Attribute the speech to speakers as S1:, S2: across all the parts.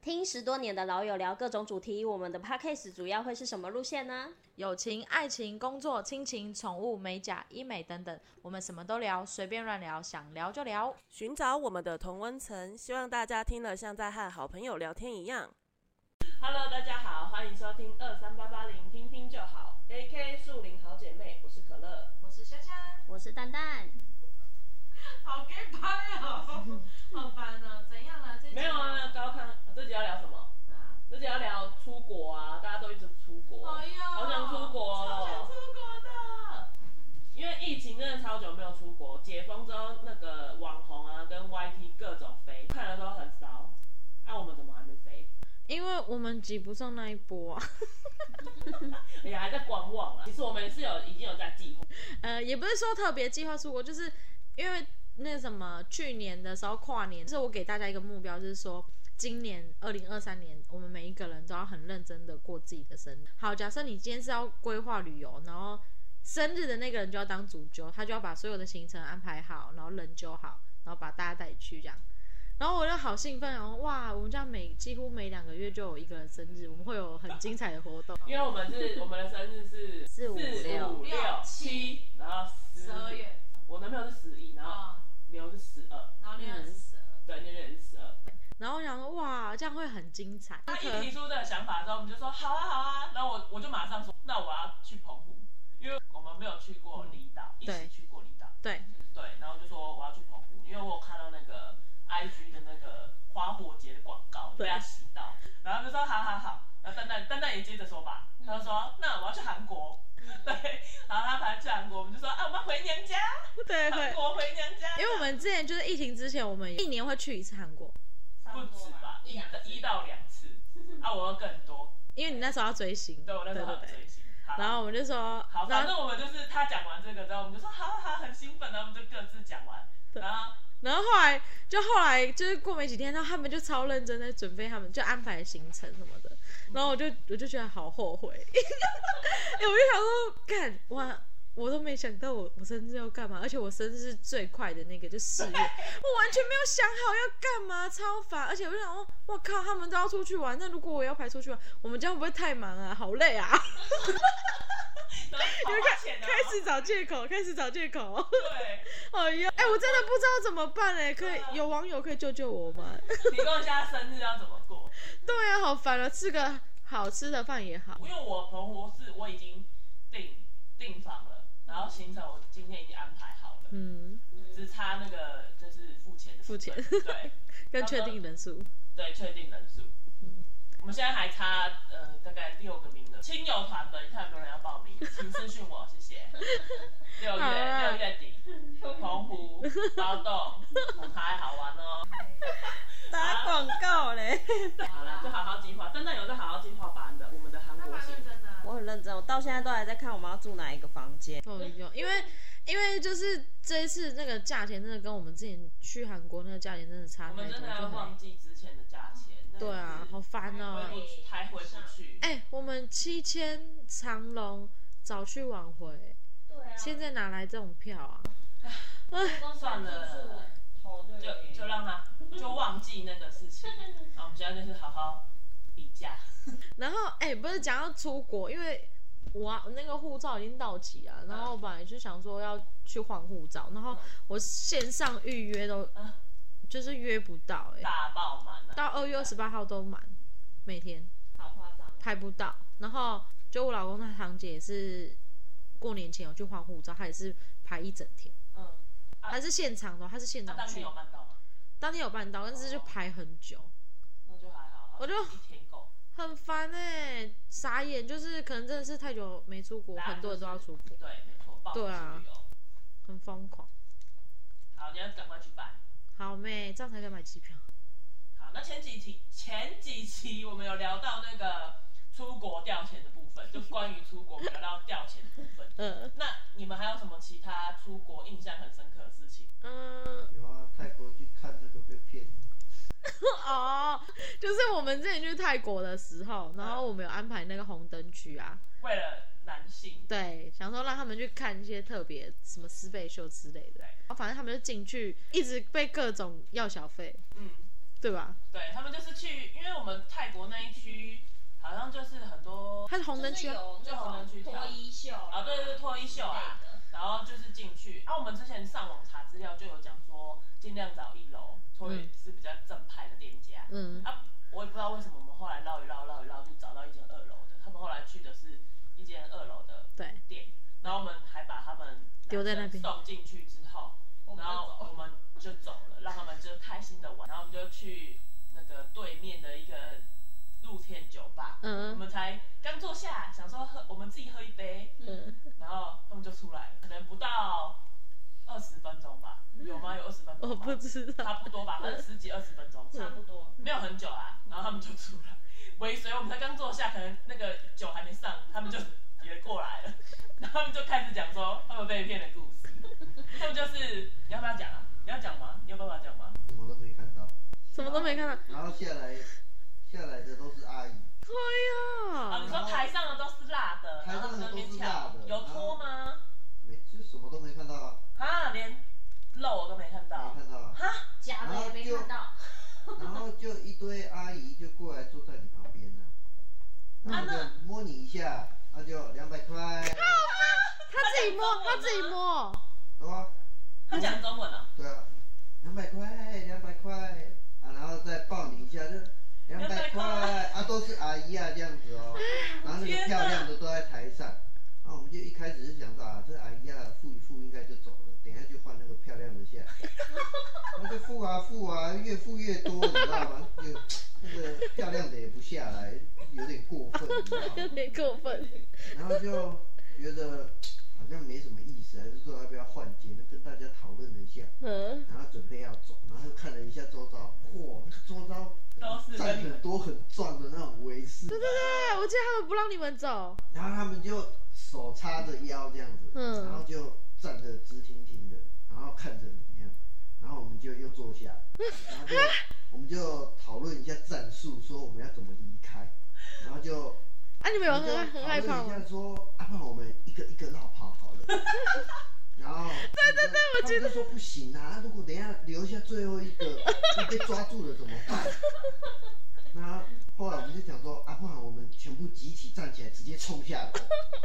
S1: 听十多年的老友聊各种主题，我们的 podcast 主要会是什么路线呢？
S2: 友情、爱情、工作、亲情、宠物、美甲、医美等等，我们什么都聊，随便乱聊，想聊就聊。
S3: 寻找我们的同温层，希望大家听了像在和好朋友聊天一样。Hello，大家好，欢迎收听二三八八零，听听就好，AK 树林好姐妹，我是可乐，
S4: 我是香香，
S1: 我是蛋蛋，
S4: 好 gay 拍哦，好烦哦，怎样了？这集
S3: 没有啊，没有，高康，这集要聊什么？
S4: 啊
S3: 这集要聊出国啊，大家都一直出国，
S4: 哎呦，
S3: 好想出国
S4: 超想
S3: 哦
S4: 出，国的，
S3: 因为疫情真的超久没有出国，解封之后那个网红啊跟 YT 各种飞，看了都很骚，那、我们怎么还没飞？
S2: 因为我们挤不上那一波啊，
S3: 而哎且还在观望啊。其实我们是有已经有在计划，
S2: 呃，也不是说特别计划出国，就是因为那什么，去年的时候跨年，就是我给大家一个目标，就是说。今年二零二三年，我们每一个人都要很认真的过自己的生日。好，假设你今天是要规划旅游，然后生日的那个人就要当主揪，他就要把所有的行程安排好，然后人揪好，然后把大家带去这样。然后我就好兴奋，然后哇，我们这样每几乎每两个月就有一个人生日，我们会有很精彩的活动。
S3: 因为我们是我们的生日是
S1: 四五六
S3: 五六七，然后十
S4: 十二，月
S3: 我男朋友是十一，然
S5: 哦
S3: 后
S4: 啊，
S3: 刘是十二，
S4: 然后恋爱是十二，
S3: 对，妞妞也是十二。
S2: 然后我想说哇，这样会很精彩。
S3: 他一提出这个想法的时候，我们就说好啊好啊，然后我我就马上说，那我要去澎湖，因为我们没有去过离岛，一起
S2: 对
S3: 去过离岛，
S2: 对，
S3: 对，然后就说我要去澎湖，因为我有看到那个 IG 的那个花火节的广告，被
S2: 对
S3: 他洗到，然后就说好好好，然后蛋蛋蛋蛋也接着说吧，他
S2: 嗯
S3: 就说那我要去韩国， 对，然后他反正去韩国，我们就说啊我们要回娘家，
S2: 对
S3: 韩
S2: 会，
S3: 国回娘家，
S2: 因为我们之前就是疫情之前，我们一年会去一次韩国，
S4: 差
S3: 不
S4: 多
S3: 止吧，一
S4: 两次
S3: 一到两 次，啊我要更多，
S2: 因为你那时候要追星，
S3: 对我那时候很
S2: 对对
S3: 追星，好
S2: 然后我们就说，
S3: 好，
S2: 然
S3: 反
S2: 后
S3: 正我们就是他讲完这个之后，我们就说好好好，很兴奋，然后我们就各自讲完，
S2: 对
S3: 然后
S2: 然后后来就后来就是过没几天，然后他们就超认真在准备，他们就安排行程什么的，然后我就我就觉得好后悔， 哎、我就想说，干哇。我都没想到我我生日要干嘛，而且我生日是最快的那个，就十月，我完全没有想好要干嘛，超烦。而且我就想说，我靠，他们都要出去玩，那如果我要排出去玩，我们这样会不会太忙啊？好累啊！
S3: 然后好花钱啊，
S2: 开始找借口，开始找借口。
S3: 对，
S2: 哎呀，哎、我真的不知道怎么办哎、可以有网友可以救救我吗？
S3: 提供一下生日要怎么过，
S2: 对呀、好烦啊！吃个好吃的饭也好
S3: 因。为我澎湖是我已经订订房了，然后行程我今天已经安排好了，
S2: 嗯，
S3: 只差那个就是付钱的部
S2: 付
S3: 分
S2: 钱
S3: 对
S2: 跟确定人数，
S3: 对，确定人数，
S2: 嗯
S3: 我们现在还差呃大概六个名额，亲友团们看有没有人要报 名，请私讯我，谢谢。六
S2: 好
S3: 月
S2: 啊
S3: 六月底。澎 湖、包栋，很嗨，好玩哦。
S2: 打广告嘞。
S3: 好了，就好好计划，真的有在好好计划吧？你的我们的韩
S4: 他
S3: 国
S4: 蛮
S3: 行
S4: 认真的啊，
S5: 我很认真，我到现在都还在看我们要住哪一个房间。
S2: 哦哟，因为因为就是这一次那个价钱真的跟我们之前去韩国那个价钱真的差
S3: 我
S2: 太
S3: 们
S2: 多，
S3: 真
S2: 就
S3: 的要忘
S2: 很
S3: 记哎之前的价钱。那个
S2: 对啊，好烦哦、
S3: 是
S4: 对
S3: 还回不去。
S2: 哎、我们七千长龙早去晚回，
S4: 对啊，
S2: 现在哪来这种票啊？
S3: 算了，
S5: 头对
S3: 就就让他就忘记那个 事情。那我们现在就是好好比价。
S2: 然后哎、不是讲要出国，因为我啊那个护照已经到期了，然后我本来就想说要去换护照，然后我线上预约都
S3: 嗯
S2: 就是约不到、哎，
S3: 大爆满啊了，
S2: 到二月二十八号都满，每天
S4: 好夸张哦，
S2: 排不到。然后就我老公他堂姐也是过年前有去换护照，他也是排一整天，
S3: 嗯，
S2: 他是现场的，他是现
S3: 那
S2: 场
S3: 当天
S2: 去
S3: 有，办到吗？
S2: 当天有办到，但是就排很久。
S3: 那就还好，
S2: 我就
S3: 一天够。
S2: 很烦哎、傻眼，就是可能真的是太久没出国，
S3: 大家
S2: 很多人都要出国
S3: 就，是对，没错，报复
S2: 对啊
S3: 式旅游。
S2: 很疯狂。
S3: 好，你要赶快去办。
S2: 好妹，这样才可以买机票。
S3: 好，那前几题前几期我们有聊到那个出国掉钱的部分，就关于出国聊到掉钱的部分。
S2: 呃，
S3: 那你们还有什么其他出国印象很深刻的事情？
S2: 嗯，
S6: 有啊，泰国去看那个被骗，
S2: 哦，就是我们之前去泰国的时候，然后我们有安排那个红灯区啊，
S3: 为了男性，
S2: 对，想说让他们去看一些特别什么斯贝秀之类的，然后反正他们就进去，一直被各种要小费，
S3: 嗯，
S2: 对吧？
S3: 对他们就是去，因为我们泰国那一区好像就是很多
S2: 它是红灯区啊，
S4: 有那种脱衣秀
S3: 啊，对对对，脱衣秀啊，然后就是进去啊。我们之前上网查资料就有讲说，尽量找一楼，所以是比较正派的店家。
S2: 嗯，
S3: 啊，我也不知道为什么我们后来绕一绕绕一绕就找到一间二楼的，他们后来去的是一间二楼的
S2: 对，
S3: 店，然后我们还把他们
S2: 丢在那边
S3: 送进去之后，然后我们就走了，让他们就开心的玩，然后我们就去那个对面的一个露天酒吧，
S2: 嗯
S3: 我们才刚坐下，想说喝我们自己喝一杯，
S2: 嗯，
S3: 然后他们就出来了，可能不到二十分钟吧，有吗？有二十分钟
S2: 我
S3: 吗？
S2: 不知
S3: 差
S2: 道，
S3: 不多吧，反正十几二十分钟，差
S5: 差不多。
S3: 没有很久啊，然后他们就出来，尾随我们才刚坐下，可能那个酒还没上，他们就也过来了， 然后他们就开始讲说他们被骗的故 事，他们就是你要不要讲啊？你要讲吗？你有办法讲吗？
S6: 什么都没看到，
S2: 什么都没看到。
S6: 然后下来下来的都是阿姨，
S2: 哎
S3: 啊，
S2: 呀，
S3: 你说台上的都是辣的，
S6: 台
S3: 然后
S6: 上
S3: 在那
S6: 的都
S3: 边
S6: 是辣
S3: 抢
S6: 的，
S3: 有脱吗？
S6: 没就什么都没看到啊，
S3: 啊，连肉都没看到
S6: 没，看到啊，
S4: 假的也没看到，
S6: 然后就一堆阿姨就过来坐在你旁边啊了、然后就摸你一下，那就两百块，
S2: 他自己摸，他自己摸，
S6: 对吧？
S3: 他讲中文啊，
S6: 对啊，两百块，两百块啊，然后再抱你一下，就两百块啊，都是阿姨啊这样子 哦，然后那个漂亮的都在台上，啊，我们就一开始是想说啊，这阿姨啊付一付应该就走了，等一下就换那个漂亮的下 来，那就付啊付啊，越付越多，你知道吗？就那个漂亮的也不下来，有点过分，你知道吗？
S2: 有 点过分。
S6: 然后就觉得好像没什么意思，还是说要不要换节呢？跟大家讨论了一下。
S2: 嗯，
S6: 然后准备要走，然后又看了一下周遭，嚯，那个周遭
S3: 都是
S6: 站
S3: 跟你
S6: 很
S3: 们
S6: 多很壮的那种维士，
S2: 对，啊我记得他们不让你们走。
S6: 然后他们就手叉着腰这样子，
S2: 嗯
S6: 然后就站着直挺挺的，然后看着你那样，然后我们就又坐下，然后就我们就讨论一下战术，说我们要怎么离开，然后就
S2: 啊，你们有很很害怕
S6: 我们就讨论一
S2: 吗
S6: 下？说，啊，那我们一个一个绕跑好了。 然后，对对对，我觉得说不行啊，如果等一下留下最后一个，你被抓住了怎么办？那后来我们就想说，啊，不然我们全部集体站起来，直接冲下来。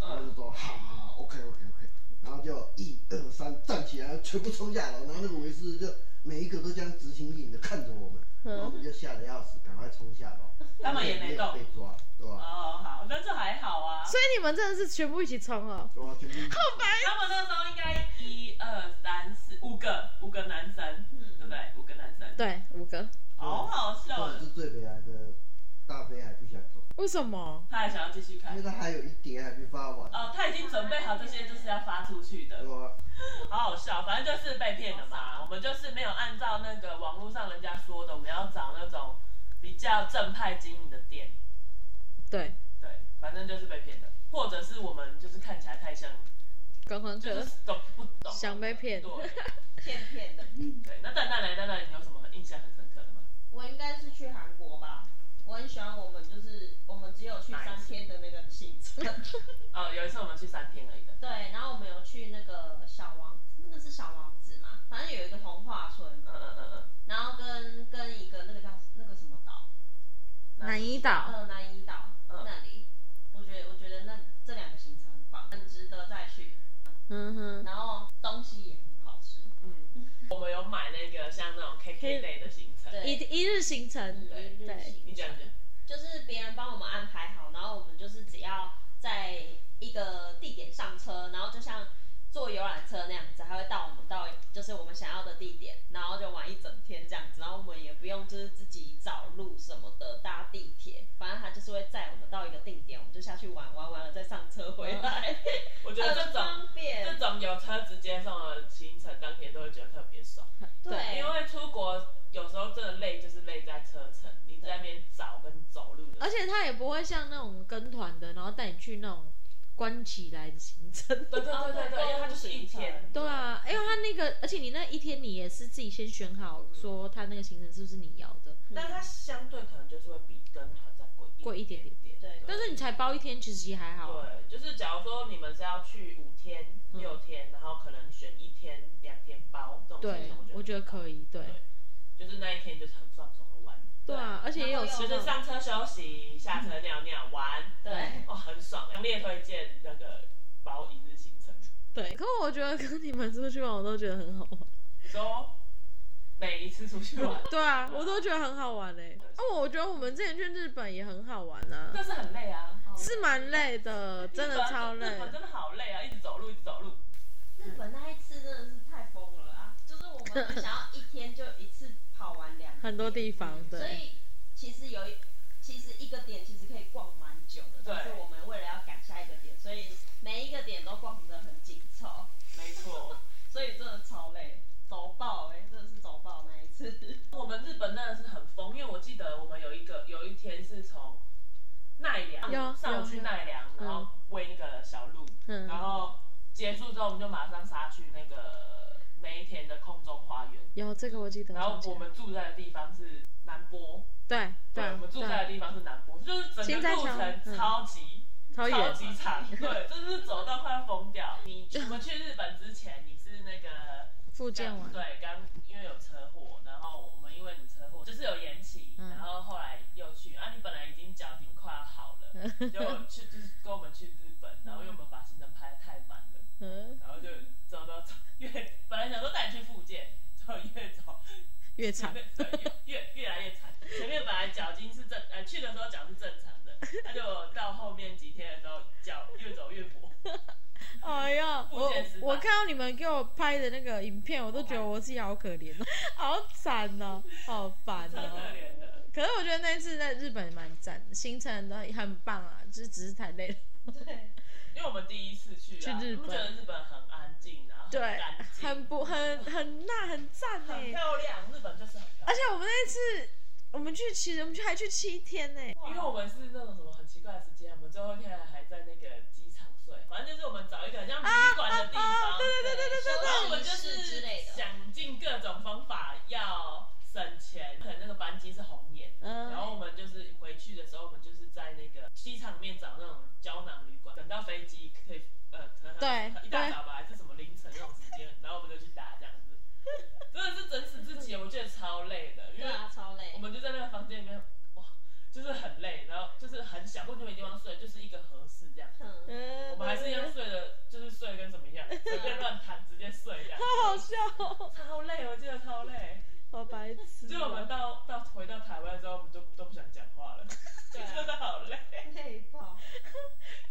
S6: 然后就说，好好好，OK OK OK。然后就一二三，站起来，全部冲下楼。然后那个维斯就每一个都这样直挺挺的看着我们，然后我们就吓得要死，赶快冲下楼。
S3: 他们也没动
S6: 有被抓，对吧？
S3: 哦，好，那这还好啊。
S2: 所以你们真的是全部一起冲哦。
S6: 对啊，全部好白。
S3: 他们那时候应该一二三四五个五个男生，对不对？五个男生，
S2: 对，五个。
S3: 嗯好好笑
S6: 算
S3: 哦
S6: 是。最北岸的大飞还不想走，
S2: 为什么？
S3: 他还想要继续看
S6: 因为，他还有一叠还没发完。
S3: 哦，他已经准备好这些就是要发出去的
S6: 对，吧？
S3: 好好笑。反正就是被骗了嘛，我们就是没有按照那个网络上人家说的，我们要找那种比较正派经营的店，
S2: 对，
S3: 对，反正就是被骗的，或者是我们就是看起来太像，
S2: 观光
S3: 就
S2: 客
S3: 是。懂不懂？
S2: 想被骗
S3: 对
S5: 骗骗的。
S3: 对。那蛋蛋来，蛋蛋，你有什么印象很深刻的吗？
S5: 我应该是去韩国吧，我很喜欢我们就是我们只有去三天的那个行程。
S3: 哦，有一次我们去三天而已的，
S5: 对，然后我们有去那个小王，那个是小王子嘛，反正有一个童话村，
S3: 嗯嗯嗯嗯。
S5: 然后跟跟一个那个叫那个什么岛，
S2: 南怡岛，
S5: 呃，南怡岛
S3: 嗯
S5: 那里，我觉得我觉得那这两个行程很棒，很值得再去，
S2: 嗯哼，
S5: 然后东西也很好吃，
S3: 嗯，我们有买那个像那种 KK 类的行程，
S5: 对
S2: 一一日行程
S5: 嗯，，
S3: 对
S5: 一日
S2: 对
S5: 行
S3: 你讲讲。
S5: 就是别人帮我们安排好，然后我们就是只要在一个地点上车，然后就像坐游览车那样子，它会到我们到就是我们想要的地点，然后就玩一整天这样子，然后我们也不用就是自己找路什么的，搭地铁，反正它就是会载我们到一个定点，我们就下去玩，玩完了再上车回来，
S3: 我觉得这
S5: 很
S3: 种
S5: 方
S3: 这
S5: 便。
S3: 种有车直接送的行程，当天都会觉得特别爽，
S5: 对
S3: 因，为出国有时候真的累，就是累在车程，你在那边找跟走路的时候，
S2: 而且他也不会像那种跟团的，然后带你去那种关起来的行程。
S3: 对对对对对，因为它就是一天，
S2: 对啊， 因为他那个，而且你那一天你也是自己先选好，说他那个行程是不是你要的，
S3: 但它相对可能就是会比跟团再贵
S2: 贵一点
S3: 点
S2: 点
S3: 点，
S5: 对
S2: 但是你才包一天，其实也还好。啊
S3: 对，就是假如说你们是要去五天、六天，然后可能选一天、两天包这种
S2: 对
S3: 行程，，
S2: 我觉得可以。对，
S3: 对就是那一天就是很放松的玩，
S2: 对啊，而且也有吃
S3: 就
S2: 到
S3: 是上车休息，下车尿尿玩，
S5: 对，
S3: 哦，很爽，强烈推荐那个包一日行程，
S2: 对。可我觉得跟你们出去玩，我都觉得很好玩。
S3: 你说每一次出去 玩，
S2: 对啊，我都觉得很好玩嘞、啊，我觉得我们之前去日本也很好玩啊，
S3: 但是很累啊，
S2: 是蛮累的， 真的超累
S3: 日。本真的好累啊，一直走路，一直走路，
S5: 日本那一次真的是太疯了啊！就是我们很想要一天就一次跑完两个
S2: 很多地方，
S5: 所
S2: 对，
S5: 以其实有一，其实一个点其实可以逛蛮久的，
S3: 对
S5: 但是我们为了要赶下一个点，所以每一个点都逛得很紧凑，
S3: 没错。
S5: 所以真的超累，走爆哎、真的是走爆那一次。
S3: 我们日本真的是很疯，因为我记得我们有一个有一天是从奈
S2: 有
S3: 良上午去
S2: 有
S3: 奈良，
S2: 嗯
S3: 然后喂那个小鹿，
S2: 嗯
S3: 然后结束之后我们就马上杀去那个梅田的空中花园，
S2: 有这个我记得。
S3: 然后我们住在的地方是南波，
S2: 对
S3: 对，我们住在的
S2: 对，
S3: 地方是南波，就是整
S2: 新
S3: 个
S2: 在
S3: 路
S2: 桥嗯
S3: 程超级。
S2: 超
S3: 超
S2: 远，
S3: 级 长，对，就是走到快要疯掉。你我们去日本之前，你是那个
S2: 福建玩，
S3: 对，刚因为有车祸，然后我们因为你车祸就是有延期，
S2: 嗯
S3: 然后后来又去啊，你本来已经脚已经快要好 了，就去就是跟我们去日本，然后因为我们把行程排的太满了，
S2: 嗯，
S3: 然后就走到走 越本来想说带你去复健，就越走
S2: 越
S3: 前
S2: 长，
S3: 面 对越越越来越惨，前面本来脚筋是正呃去的时候脚是正常的，那就到后面几天的时候脚越走越
S2: 哦
S3: 薄，
S2: 哎呀，
S3: 福
S2: 我
S3: 建失败
S2: 我看到你们给我拍的那个影片，我都觉得我自己好可怜 哦，好惨哦，好烦
S3: 超可
S2: 哦。
S3: 怜的。
S2: 可是我觉得那次在日本蛮赞的，行程都很棒啊，就是只是太累了。
S3: 因为我们第一次去、啊，
S2: 去日本
S3: 我们觉得日本很安静，然后很
S2: 对
S3: 干，净，
S2: 很不很很那很赞欸呢、
S3: 很漂亮。日本就是很漂
S2: 而
S3: 亮，
S2: 且我们那次我们去其实我们去还去七天呢、
S3: 因为我们是那种什么很奇怪的时间，我们最后一天还在那个机场睡，反正就是我们找一个很像旅馆的地方，
S2: 啊啊对对对对对对
S3: 然后我们就
S5: 休息室之类
S3: 是
S5: 的
S3: 想尽各种方法要省钱，可能那个班机是红眼。然
S2: 嗯，
S3: 后我们就是回去的时候，我们就是在那个机场里面找那种胶囊旅馆，等到飞机可以，呃，可能
S2: 对
S3: 一大早吧，还是什么凌晨那种时间，然后我们就去打这样子，真的是整死自己，我觉得超累的，因
S5: 对
S3: 为
S5: 啊，超累
S3: 我。们就在那个房间里面，哇，就是很累，然后就是很小，根本就没地方睡，就是一个合适 这样。
S5: 嗯，
S2: 我
S3: 我们还是一样睡的，就是睡跟什么一样，随便乱躺，直接睡这 样，
S2: 好好笑嗯哦，
S3: 超累，我记得超累。
S2: 好白痴、
S3: 就是我们
S2: 哦。
S3: 到到回到台湾之后，我们就都不想讲话了， 就
S5: 对啊
S3: 真的好累，
S5: 累爆。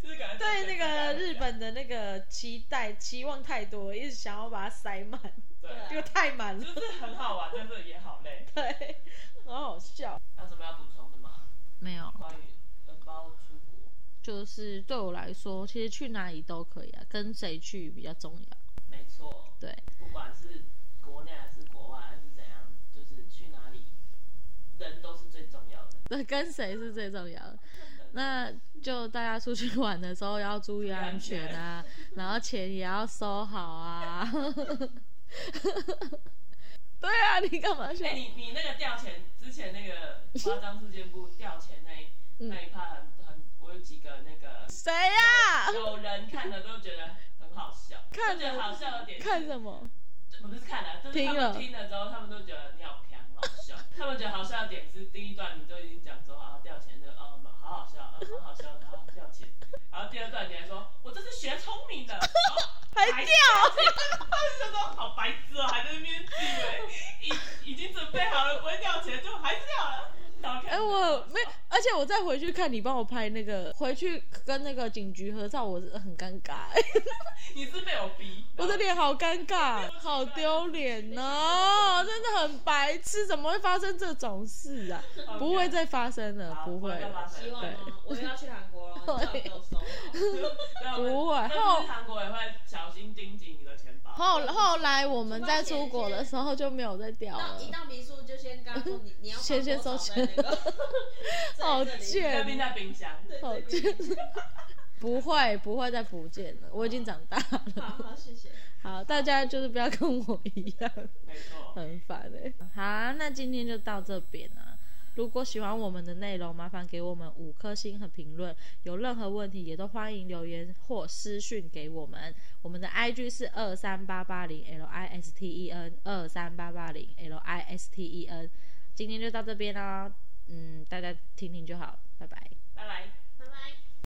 S3: 就是感觉
S2: 对那个日本
S3: 本
S2: 的那个期待期望太多，一直想要把它塞满，
S3: 对，
S2: 结果太满了，
S3: 就是很好玩，但是也好累。
S2: 对， 好好笑。
S3: 还有什么要补充的吗？
S2: 没有，
S3: 关于呃包出国，
S2: 就是对我来说，其实去哪里都可以啊，跟谁去比较重要。
S3: 没错，
S2: 对，
S3: 不管是国内还是国外还是怎样，就是去哪里，人都是最重要的。
S2: 那跟谁是最重要的。那就大家出去玩的时候要注意安全啊， 然后钱也要收好啊。对啊，你干嘛去
S3: 哎、？你你那个掉钱之前 那个夸张事件部掉钱那一
S2: 嗯
S3: 那一趴很很，我有几个那 个
S2: 谁呀、
S3: 有人看了都觉得很好笑，
S2: 啊看了
S3: 我觉得好笑的点是
S2: 看什么？
S3: 不是看了，就是他
S2: 听了
S3: 们听了之后，他们都觉得你好强，好 笑。他们觉得好笑的点是第一段你就已经讲说啊掉钱的哦，好好笑， 嗯，好好笑，然后掉钱，然后第二段你还说我这是学聪明的，哦然后还掉，就说好白痴哦，还在那边自以为已已经准备好了不会掉钱，就还是掉了。
S2: 哎、我没，而且我再回去看你帮我拍那个，回去跟那个警局合照，我是很尴尬，
S3: 你是被我逼，
S2: 我的脸好尴尬，好丢脸哦，真的很白痴，怎么会发生这种事啊？
S3: 好
S2: 不会再发生了，
S3: 好
S2: 不
S3: 不
S2: 会
S3: 会再
S2: 了
S3: 发生
S5: 希望哦，我又要去 韩国了，你最好给我收好。
S3: 不
S2: 会
S3: 但是韩国也会小心盯紧你的钱包。
S2: 后后来我们在出国的时候就没有再掉
S5: 到
S2: 了，
S5: 一到民宿就先跟他说你你要
S2: 先先收
S5: 钱，
S2: 好
S3: 那 边
S2: 贱，
S3: 在冰箱，
S2: 好贱，不会不会再不见了，我已经长大了。
S5: 好好谢谢。
S2: 好，大家就是不要跟我一样，欸
S3: 没错。
S2: 嗯很烦哎、好啊，那今天就到这边啊。如果喜欢我们的内容，麻烦给我们五颗星和评论。有任何问题也都欢迎留言或私讯给我们。我们的 IG 是二三八八零 L I S T E N 二三八八零 L I S T E N。今天就到这边啦，嗯，大家听听就好，拜拜。
S5: 拜拜。
S4: 拜拜。